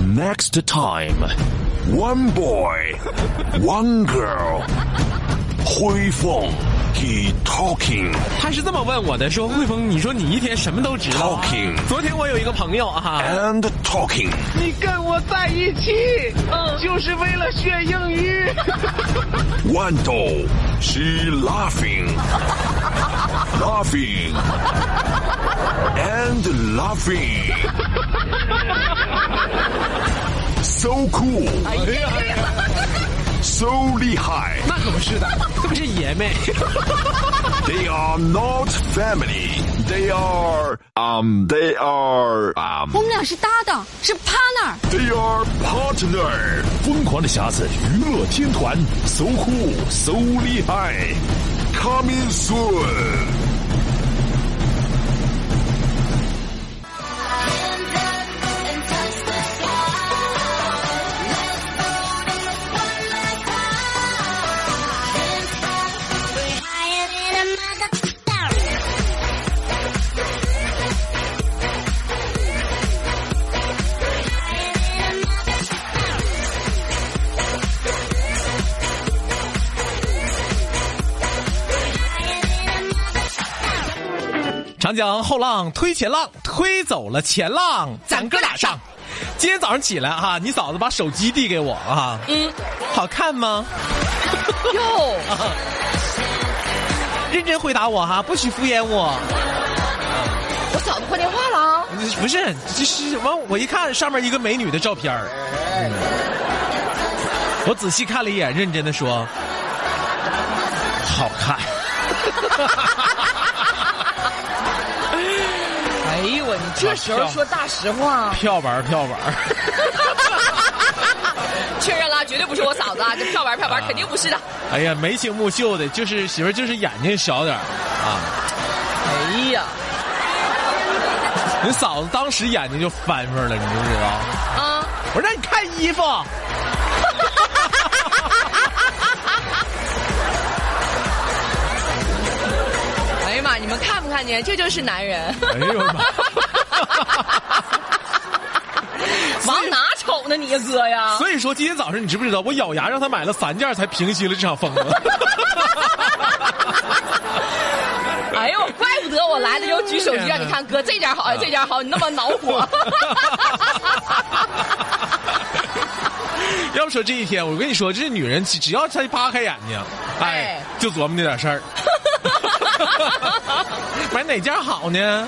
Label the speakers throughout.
Speaker 1: Next time, one boy, one girl. 灰凤 he talking
Speaker 2: 他是这么问我的，说汇丰，你说你一天什么都知道啊、
Speaker 1: Talking
Speaker 2: 昨天我有一个朋友啊，
Speaker 1: and talking.
Speaker 3: 你跟我在一起，就是为了学英语。
Speaker 1: One doll, she laughing, laughing, and laughing. So cool,
Speaker 2: 哎呀，
Speaker 1: so 厉害。
Speaker 2: 那可不是的，这不是爷们。
Speaker 1: They are not family. They are um. They are um.
Speaker 4: 我们俩是搭档，是 partner。
Speaker 1: They are partner. 疯狂的匣子娱乐天团，so cool, so 厉害。Coming soon.
Speaker 2: 长江后浪推前浪，推走了前浪，咱哥俩上。今天早上起来哈、你嫂子把手机递给我啊，嗯，好看吗？
Speaker 5: 哟，
Speaker 2: 认真回答我哈、不许敷衍我。
Speaker 5: 我嫂子换电话了啊！
Speaker 2: 不是，这是完我一看上面一个美女的照片儿、嗯我仔细看了一眼，认真的说，好看。
Speaker 5: 哎呦我，你这时候说大实话，
Speaker 2: 票玩儿票玩儿，
Speaker 5: 确认了，绝对不是我嫂子 啊！这票玩票玩肯定不是的。
Speaker 2: 哎呀，眉清目秀的，就是媳妇儿，就是眼睛小点儿啊。
Speaker 5: 哎呀，
Speaker 2: 你嫂子当时眼睛就翻翻了，你知不知道？
Speaker 5: 啊，
Speaker 2: 我让你看衣服。哎
Speaker 5: 哎呀妈，你们看不看见？这就是男 人，
Speaker 2: 哎呦我的妈！
Speaker 5: 往哪瞅呢你哥呀？
Speaker 2: 所以说今天早上你知不知道，我咬牙让他买了三件才平息了这场风波。
Speaker 5: 哎呦，怪不得我来了以后举手机让你看，哥这件好，这件好，你那么恼 火。
Speaker 2: 要不说这一天，我跟你说，这女人只只要她一扒开眼睛，哎
Speaker 5: 哎，
Speaker 2: 就琢磨那点事 儿。买哪件好呢？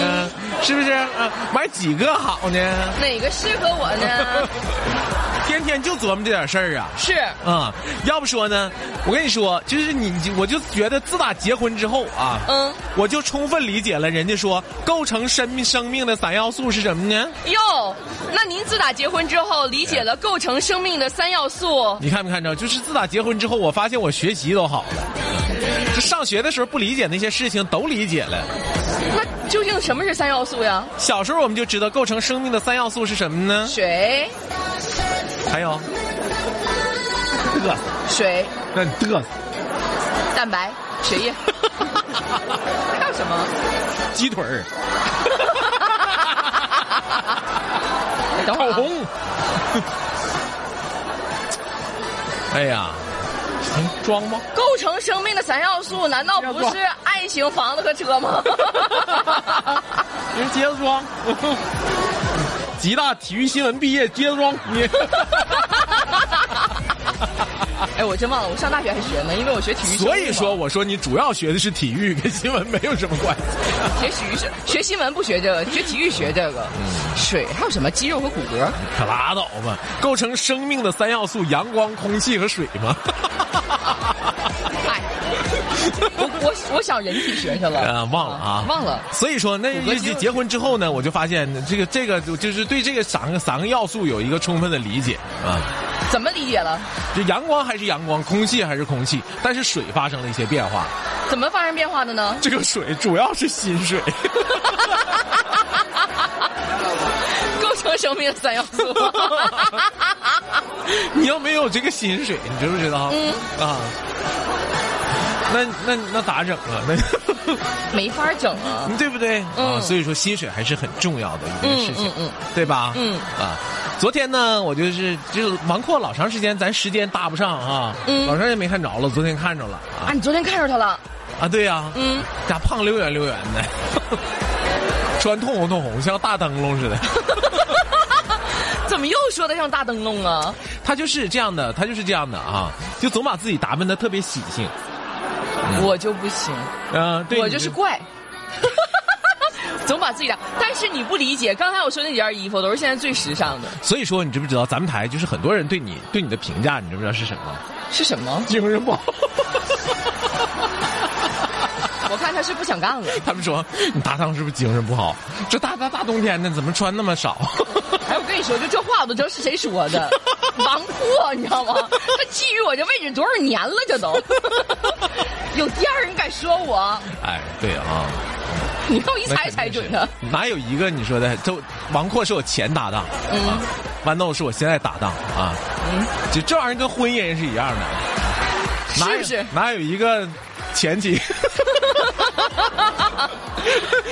Speaker 2: 嗯、是不是？啊，买几个好呢？
Speaker 5: 哪个适合我呢？
Speaker 2: 天天就琢磨这点事儿啊。
Speaker 5: 是，
Speaker 2: 啊、要不说呢，我跟你说，就是你，我就觉得自打结婚之后啊，
Speaker 5: 嗯，
Speaker 2: 我就充分理解了人家说构成生命生命的三要素是什么呢？
Speaker 5: 哟，那您自打结婚之后，理解了构成生命的三要素，
Speaker 2: 你看没看着？就是自打结婚之后，我发现我学习都好了。这上学的时候不理解那些事情，都理解了。
Speaker 5: 那究竟什么是三要素呀？
Speaker 2: 小时候我们就知道构成生命的三要素是什么呢？
Speaker 5: 水、
Speaker 2: 还有，嘚瑟，
Speaker 5: 水、
Speaker 2: 让你嘚瑟。
Speaker 5: 蛋白、血 液。还有什么？
Speaker 2: 鸡腿儿，
Speaker 5: 等会
Speaker 2: 口
Speaker 5: 儿啊
Speaker 2: 红。哎呀，能装吗？
Speaker 5: 构成生命的三要素，难道不是爱情、房子和车 吗？
Speaker 2: 你是接着 装。吉大体育新闻毕业，接着装。你
Speaker 5: 哎，我真忘了，我上大学还学呢，因为我学体育生物 嘛。
Speaker 2: 所以说，我说你主要学的是体育，跟新闻没有什么关系。
Speaker 5: 学体育是学新闻不学这个，学体育学这个。
Speaker 2: 嗯
Speaker 5: 水还有什么？肌肉和骨骼。
Speaker 2: 可拉倒吧！构成生命的三要素：阳光、空气和水吗？
Speaker 5: 嗨，哎我我我想人体学去了。
Speaker 2: 啊，忘了啊，
Speaker 5: 忘了。
Speaker 2: 所以说，那
Speaker 5: 骨骼肌
Speaker 2: 结
Speaker 5: 肉
Speaker 2: 结婚之后呢，我就发现这个这个就是对这个三个三个要素有一个充分的理解啊。
Speaker 5: 怎么理解了？
Speaker 2: 就阳光还是阳光，空气还是空气，但是水发生了一些变化。
Speaker 5: 怎么发生变化的呢？
Speaker 2: 这个水主要是薪水，
Speaker 5: 构成生命的三要素。
Speaker 2: 你要没有这个薪水，你知不知道？嗯啊，那那那咋整啊？那
Speaker 5: 没法整啊。
Speaker 2: 对不对？啊，
Speaker 5: 嗯
Speaker 2: 所以说薪水还是很重要的一件事情，
Speaker 5: 嗯嗯嗯
Speaker 2: 对吧？
Speaker 5: 嗯
Speaker 2: 啊，昨天呢，我就是就是忙阔老长时间，咱时间搭不上啊，
Speaker 5: 嗯
Speaker 2: 老长时间没看着了，昨天看着了啊
Speaker 5: 啊，你昨天看着他了，
Speaker 2: 啊，对呀、
Speaker 5: 嗯，
Speaker 2: 咋胖溜圆溜圆的， 穿通红通红，像大灯笼 似的。
Speaker 5: 怎么又说得上大灯笼啊？
Speaker 2: 他就是这样的，他就是这样的啊，就总把自己打扮的特别喜庆。
Speaker 5: 我就不行，
Speaker 2: 嗯、对，
Speaker 5: 我
Speaker 2: 你
Speaker 5: 就是怪， 总把自己打。但是你不理解，刚才我说那几件衣服都是现在最时尚的，
Speaker 2: 所以说，你知不知道咱们台就是很多人对你对你的评价，你知不知道是什么？
Speaker 5: 是什么？
Speaker 2: 精神不好。
Speaker 5: 我看他是不想干了。
Speaker 2: 他们说你搭档是不是精神不好？这大大大冬天的怎么穿那么少？
Speaker 5: 哎，我跟你说，就这话我都知道是谁说 的，王阔，你知道吗？他觊觎我这位置多少年了， 这都。有第二人敢说我，
Speaker 2: 哎，对啊，
Speaker 5: 你看我一
Speaker 2: 那
Speaker 5: 猜
Speaker 2: 肯定
Speaker 5: 猜准
Speaker 2: 是
Speaker 5: 他。。
Speaker 2: 哪有一个你说的？就王阔是我前搭档，
Speaker 5: 嗯，
Speaker 2: 豌豆是我现在搭档啊。就这玩意儿跟婚姻是一样的，哪
Speaker 5: 是
Speaker 2: 有
Speaker 5: 不是？
Speaker 2: 哪有一个前妻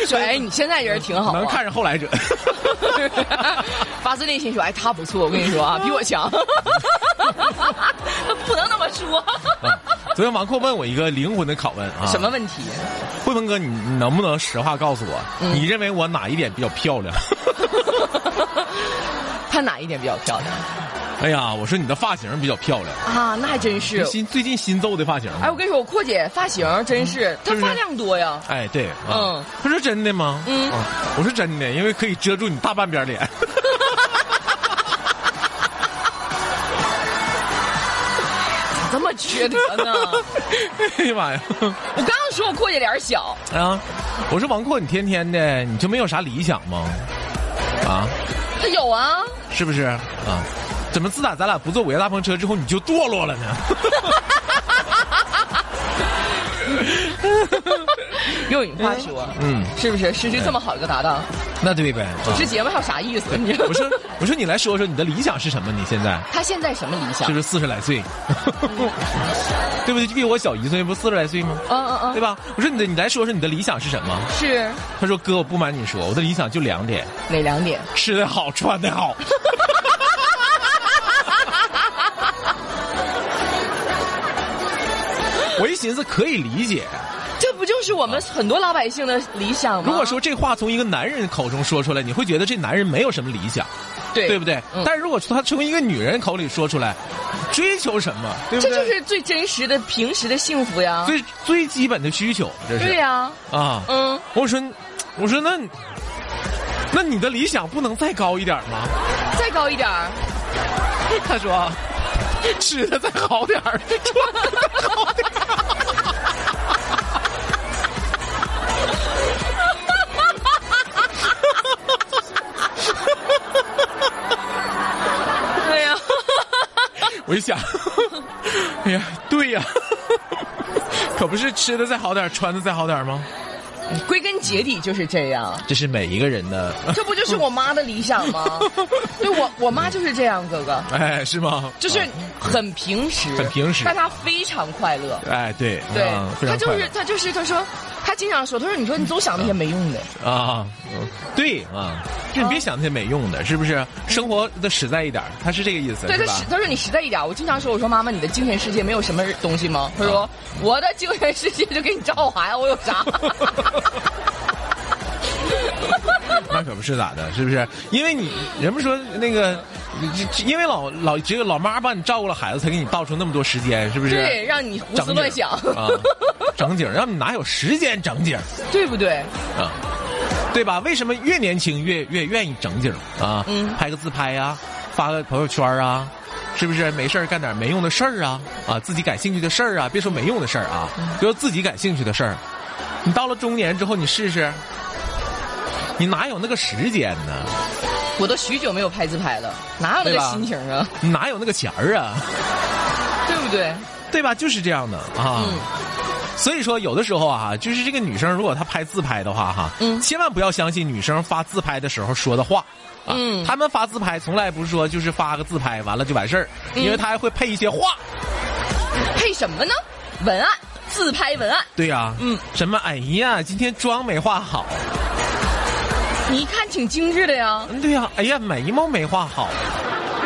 Speaker 5: 说哎，你现在人挺好、啊，
Speaker 2: 能看上后来 者？
Speaker 5: 发自内心说，哎，他不错，我跟你说 啊，比我强。不能那么说。
Speaker 2: 啊昨天王阔问我一个灵魂的拷问啊，
Speaker 5: 什么问题？
Speaker 2: 慧文哥，你你能不能实话告诉我，
Speaker 5: 嗯
Speaker 2: 你认为我哪一点比较漂亮？
Speaker 5: 她哪一点比较漂亮
Speaker 2: 哎呀，我说你的发型比较漂亮，
Speaker 5: 啊？那还真是。
Speaker 2: 新最近新奏的发型吗。
Speaker 5: 哎，我跟你说，我阔姐发型真是，她
Speaker 2: 是不是
Speaker 5: 发量多呀。
Speaker 2: 哎，对，啊
Speaker 5: 嗯，
Speaker 2: 他说真的吗？
Speaker 5: 嗯
Speaker 2: 啊，我说真的，因为可以遮住你大半边脸。
Speaker 5: 咋这么缺德呢？
Speaker 2: 哎呀妈呀！
Speaker 5: 我刚说我阔姐脸小，
Speaker 2: 啊，我说王阔，你天天的，你就没有啥理想吗？啊，
Speaker 5: 她有啊。
Speaker 2: 是不是？啊，怎么自打咱俩不坐午夜大篷车之后，你就堕落了呢？
Speaker 5: 用你话说，
Speaker 2: 嗯，
Speaker 5: 是不是失去这么好一个搭档，
Speaker 2: 那对呗。啊
Speaker 5: 这节目还有啥意思？你知道
Speaker 2: 我 说，我说你来说说你的理想是什么？你现在
Speaker 5: 她现在什么理想
Speaker 2: 是不？是四十来岁？ 对不对？比我小一岁，不四十来岁吗？
Speaker 5: 嗯嗯
Speaker 2: 对
Speaker 5: 嗯，
Speaker 2: 吧？我说你的，你来说说你的理想是什么？
Speaker 5: 是
Speaker 2: 他说哥，我不瞒你说，我的理想就两点：
Speaker 5: 哪两点？
Speaker 2: 吃得好，穿得好。 我一寻思可以理解，
Speaker 5: 这不就是我们很多老百姓的理想吗？
Speaker 2: 如果说这话从一个男人口中说出来，你会觉得这男人没有什么理想，
Speaker 5: 对
Speaker 2: 对不对？
Speaker 5: 嗯
Speaker 2: 但是如果说他从一个女人口里说出来，追求什么，对不
Speaker 5: 这
Speaker 2: 对？
Speaker 5: 就是最真实的平时的幸福呀。
Speaker 2: 最最基本的需求，这是
Speaker 5: 对呀、
Speaker 2: 啊。
Speaker 5: 嗯，
Speaker 2: 我说，我说那，那你的理想不能再高一点吗？
Speaker 5: 再高一点儿，
Speaker 2: 他说， 吃的再好点儿，穿的再好点儿。
Speaker 5: 对呀、
Speaker 2: 我一 想，哎呀，对呀， 可不是吃的再好点儿，穿的再好点儿吗？
Speaker 5: 归根结底就是这样。
Speaker 2: 这是每一个人的，
Speaker 5: 这不就是我妈的理想吗？对我，我妈就是这样，哥哥，
Speaker 2: 哎，是吗？
Speaker 5: 就是很平时，
Speaker 2: 很平时
Speaker 5: 但她非常快乐。
Speaker 2: 哎，对，
Speaker 5: 对
Speaker 2: 嗯，非
Speaker 5: 她
Speaker 2: 常
Speaker 5: 就
Speaker 2: 快
Speaker 5: 是
Speaker 2: 乐
Speaker 5: 她就是她说，她经常说，她说你说你总想那些没用的，
Speaker 2: 啊，嗯对啊，就你别想那些没用的，是不是？生活的实在一点儿，他是这个意思，
Speaker 5: 对
Speaker 2: 是
Speaker 5: 她
Speaker 2: 吧
Speaker 5: 实？她说你实在一点。我经常说，我说妈妈，你的精神世界没有什么东西吗？她
Speaker 2: 啊
Speaker 5: 说我的精神世界就给你照孩子，我有 啥？
Speaker 2: 啊那可不是咋的，是不是？因为你人们说那个，这因为老老只有老妈把你照顾了孩子，才给你倒出那么多时间，是不是？
Speaker 5: 对，让你胡
Speaker 2: 整
Speaker 5: 思
Speaker 2: 景
Speaker 5: 乱想，
Speaker 2: 啊，整景，让你哪有时间整景
Speaker 5: 对不对？
Speaker 2: 啊？对吧？为什么越年轻越越愿意整景啊？
Speaker 5: 嗯
Speaker 2: 拍个自拍啊，发个朋友圈啊，是不是？没事儿干点没用的事儿啊，啊，自己感兴趣的事儿啊，别说没用的事儿啊，
Speaker 5: 嗯
Speaker 2: 就自己感兴趣的事儿。你到了中年之后，你试试，你哪有那个时间呢？
Speaker 5: 我都许久没有拍自拍了，哪有那
Speaker 2: 对
Speaker 5: 个
Speaker 2: 吧
Speaker 5: 心情啊？
Speaker 2: 你哪有那个钱儿啊？
Speaker 5: 对不对？
Speaker 2: 对吧？就是这样的啊。
Speaker 5: 嗯
Speaker 2: 所以说，有的时候啊，就是这个女生如果她拍自拍的话，哈，
Speaker 5: 嗯
Speaker 2: 千万不要相信女生发自拍的时候说的话。啊、
Speaker 5: 嗯
Speaker 2: 他们发自拍从来不是说就是发个自拍完了就完事儿，
Speaker 5: 嗯
Speaker 2: 因为她还会配一些话。
Speaker 5: 配什么呢？文案，自拍文案。
Speaker 2: 对呀、
Speaker 5: 嗯，
Speaker 2: 什么哎呀，今天妆没化好，
Speaker 5: 你一看挺精致的呀，
Speaker 2: 嗯，对呀、哎呀，眉毛没画好。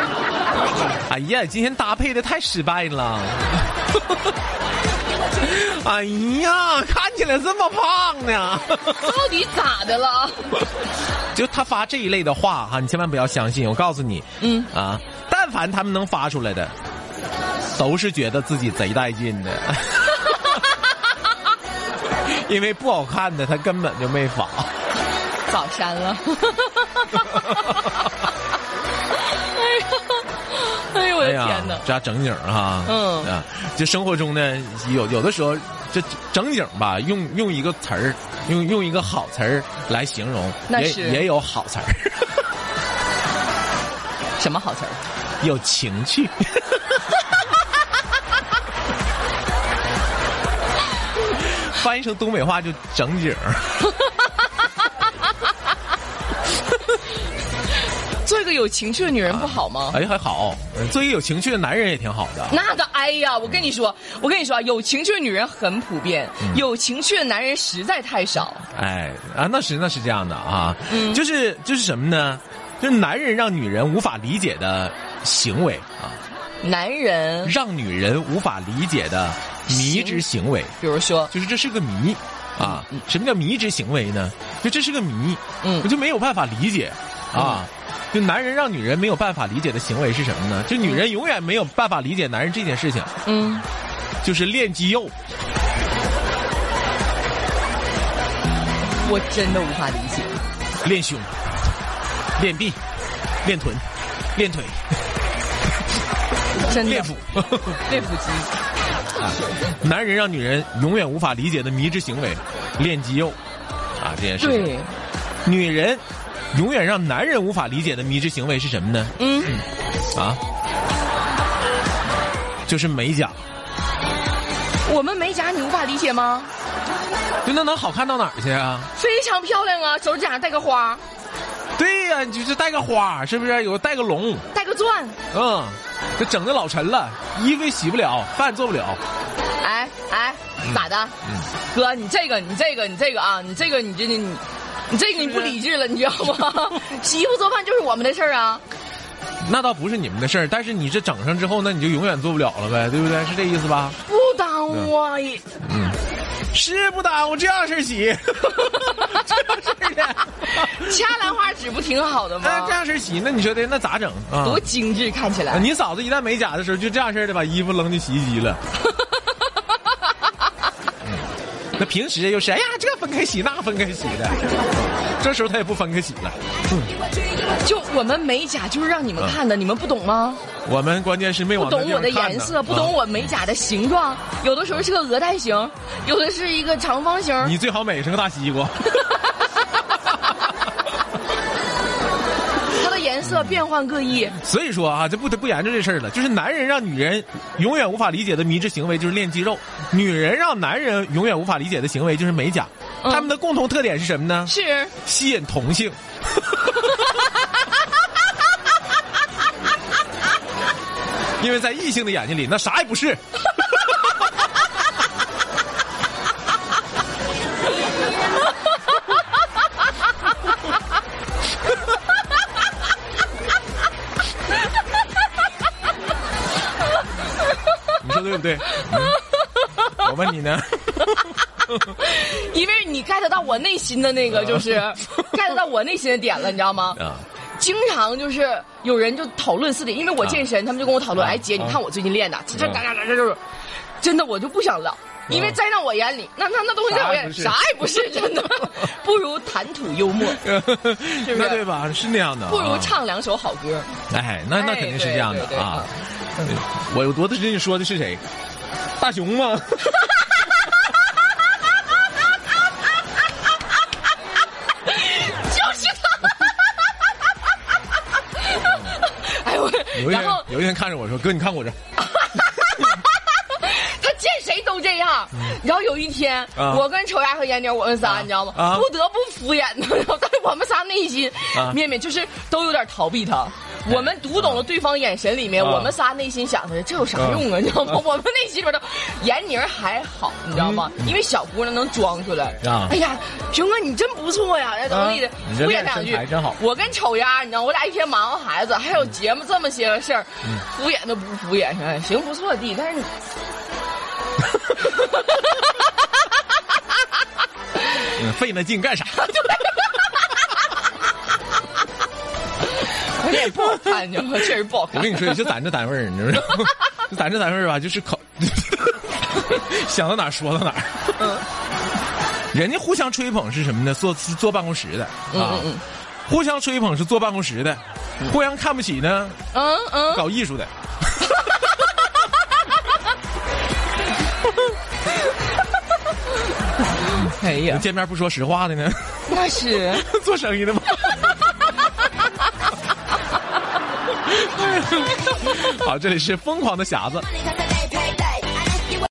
Speaker 2: 哎呀，今天搭配的太失败了。 哎呀，看起来这么胖呢。
Speaker 5: 到底咋的了？
Speaker 2: 就他发这一类的话哈，你千万不要相信。我告诉你，
Speaker 5: 嗯
Speaker 2: 啊，但凡他们能发出来的，都是觉得自己贼带劲 的。因为不好看的，他根本就没发。
Speaker 5: 早删了。 哎 呦，哎呦，我的
Speaker 2: 哎呀
Speaker 5: 天哪，！
Speaker 2: 这还整景儿哈，
Speaker 5: 嗯
Speaker 2: 啊，就生活中呢，有有的时候这整景吧，用用一个词儿，用用一个好词儿来形容，
Speaker 5: 那
Speaker 2: 也
Speaker 5: 是
Speaker 2: 也有好词儿，
Speaker 5: 什么好词儿？
Speaker 2: 有情趣。翻译成东北话就整景儿，
Speaker 5: 做一个有情趣的女人不好吗？
Speaker 2: 哎，还好，做一个有情趣的男人也挺好的。
Speaker 5: 那个，哎呀，我跟你说，我跟你说啊，有情趣的女人很普遍，有情趣的男人实在太少。
Speaker 2: 哎啊，那是那是这样的啊，就是就是什么呢？就是男人让女人无法理解的行为啊，
Speaker 5: 男人，
Speaker 2: 让女人无法理解的迷之行为，
Speaker 5: 比如说，
Speaker 2: 就是这是个谜啊。什么叫迷之行为呢？就这是个谜，
Speaker 5: 嗯
Speaker 2: 我就没有办法理解啊。就男人让女人没有办法理解的行为是什么呢？就女人永远没有办法理解男人这件事情，
Speaker 5: 嗯，
Speaker 2: 就是练肌肉。
Speaker 5: 我真的无法理解。
Speaker 2: 练胸、练臂、练臀、练腿、
Speaker 5: 真的
Speaker 2: 练腹。
Speaker 5: 练腹肌，
Speaker 2: 啊，男人让女人永远无法理解的迷之行为，练肌肉啊这件事情。
Speaker 5: 对，
Speaker 2: 女人永远让男人无法理解的迷之行为是什么呢？
Speaker 5: 嗯，
Speaker 2: 啊，就是美甲，
Speaker 5: 我们美甲你无法理解吗？
Speaker 2: 就那能好看到哪儿去啊？
Speaker 5: 非常漂亮啊，手指甲上带个花，
Speaker 2: 对呀、你就是带个花，是不是？有带个龙，
Speaker 5: 带个钻，
Speaker 2: 嗯，这整的老沉了，衣服也洗不了，饭做不了。
Speaker 5: 哎哎，咋的？哥，你这个，你这个，你这个啊，你这个，你这你你你这个你不理智了，你知道吗？洗衣服做饭就是我们的事儿啊。
Speaker 2: 那倒不是你们的事儿，但是你这整上之后，那你就永远做不了了呗，对不对？是这意思吧？
Speaker 5: 不耽误啊，也
Speaker 2: 是不耽误这样式儿洗， 这样式儿的。
Speaker 5: 掐兰花指不挺好的
Speaker 2: 那
Speaker 5: 吗
Speaker 2: 哎这？样式儿洗，那你说的那咋整啊？
Speaker 5: 多精致，看起
Speaker 2: 啊
Speaker 5: 来。
Speaker 2: 你嫂子一旦美甲的时候就这样式儿的把衣服扔进洗衣 机了。嗯那平时又是哎呀，这分开洗那分开洗的，这时候他也不分开洗了。
Speaker 5: 就我们美甲就是让你们看的，你们不懂吗？
Speaker 2: 我们关键是没哦
Speaker 5: 不
Speaker 2: 往那
Speaker 5: 懂
Speaker 2: 地
Speaker 5: 我
Speaker 2: 方
Speaker 5: 的
Speaker 2: 看啊
Speaker 5: 颜
Speaker 2: 呢
Speaker 5: 色，不懂、我美甲的形状，有的时候是个鹅蛋形，有的是一个长方形。
Speaker 2: 啊你最好美成个大西瓜。
Speaker 5: 它的颜色变幻各异。
Speaker 2: 所以说啊，这不得不研究这事儿了。就是男人让女人永远无法理解的迷之行为就是练肌肉，女人让男人永远无法理解的行为就是美甲。
Speaker 5: 嗯
Speaker 2: 他们的共同特点是什么呢？
Speaker 5: 是，
Speaker 2: 吸引同性。因为在异性的眼睛里，那啥也不是。你说对不对？嗯我问你 呢。
Speaker 5: 因为你 get 到我内心的那个，就是 get 到我内心的点了，你知道吗？
Speaker 2: 啊，
Speaker 5: 经常就是有人就讨论似的，因为我健身，他们就跟我讨论，
Speaker 2: 啊
Speaker 5: 哎姐，
Speaker 2: 啊
Speaker 5: 你看我最近练的，这这这这这这，真的我就不想唠。因为在让我眼里，那那那东西在我眼里啥
Speaker 2: 啊啥
Speaker 5: 也不是，真的，不如谈吐幽
Speaker 2: 啊
Speaker 5: 默，是
Speaker 2: 那对吧？是那样的啊。
Speaker 5: 不如唱两首好 歌。
Speaker 2: 哎，那那
Speaker 5: 哎
Speaker 2: 肯定是
Speaker 5: 对
Speaker 2: 这样的
Speaker 5: 对对
Speaker 2: 啊
Speaker 5: 啊。
Speaker 2: 我我昨天说的是谁？大熊 吗？
Speaker 5: 就是 他。哎呦
Speaker 2: 有
Speaker 5: 我，
Speaker 2: 一
Speaker 5: 然
Speaker 2: 天
Speaker 5: 后
Speaker 2: 有一天看着我说：“哥，你看我这。
Speaker 5: 他见谁都这样。然后有一天，
Speaker 2: 啊
Speaker 5: 我跟丑丫和闫妮，我们仨，你知道吗
Speaker 2: 啊？
Speaker 5: 不得不敷衍他，然后他 我们仨内心，
Speaker 2: 啊哎
Speaker 5: 面面就是都有点逃避他。我们读懂了对方眼神里面，
Speaker 2: 啊
Speaker 5: 我们仨内心想的这有啥用啊？你知道吗？ 我们内心里边都，闫妮儿还好，你知道吗？因为小姑娘能装出来
Speaker 2: 嗯啊。
Speaker 5: 哎呀，平哥你真不错呀，哎怎么地的
Speaker 2: 啊你这，
Speaker 5: 敷衍
Speaker 2: 练
Speaker 5: 两句
Speaker 2: 身材真好嗯
Speaker 5: 我跟丑丫，你知道，我俩一天忙活孩子，还有节目这么些个事儿，敷衍都不敷衍，哎行不错弟，但是你。
Speaker 2: 嗯费那劲干啥？
Speaker 5: 可是也不好看，你知道吗？确实不好
Speaker 2: 我
Speaker 5: 看。
Speaker 2: 跟你说，就咱这单位儿，你知道吗？就咱这单位儿吧，就是考， 想到哪儿说到哪儿。
Speaker 5: 嗯
Speaker 2: 人家互相吹捧是什么呢？坐是坐办公室的啊
Speaker 5: 嗯嗯，
Speaker 2: 互相吹捧是坐办公室的，互相看不起呢，
Speaker 5: 嗯嗯，
Speaker 2: 搞艺术的。
Speaker 5: 哎呀，
Speaker 2: 见面不说实话的呢，
Speaker 5: 那是
Speaker 2: 做生意的吗？哎好，这里是疯狂的匣子。
Speaker 4: 看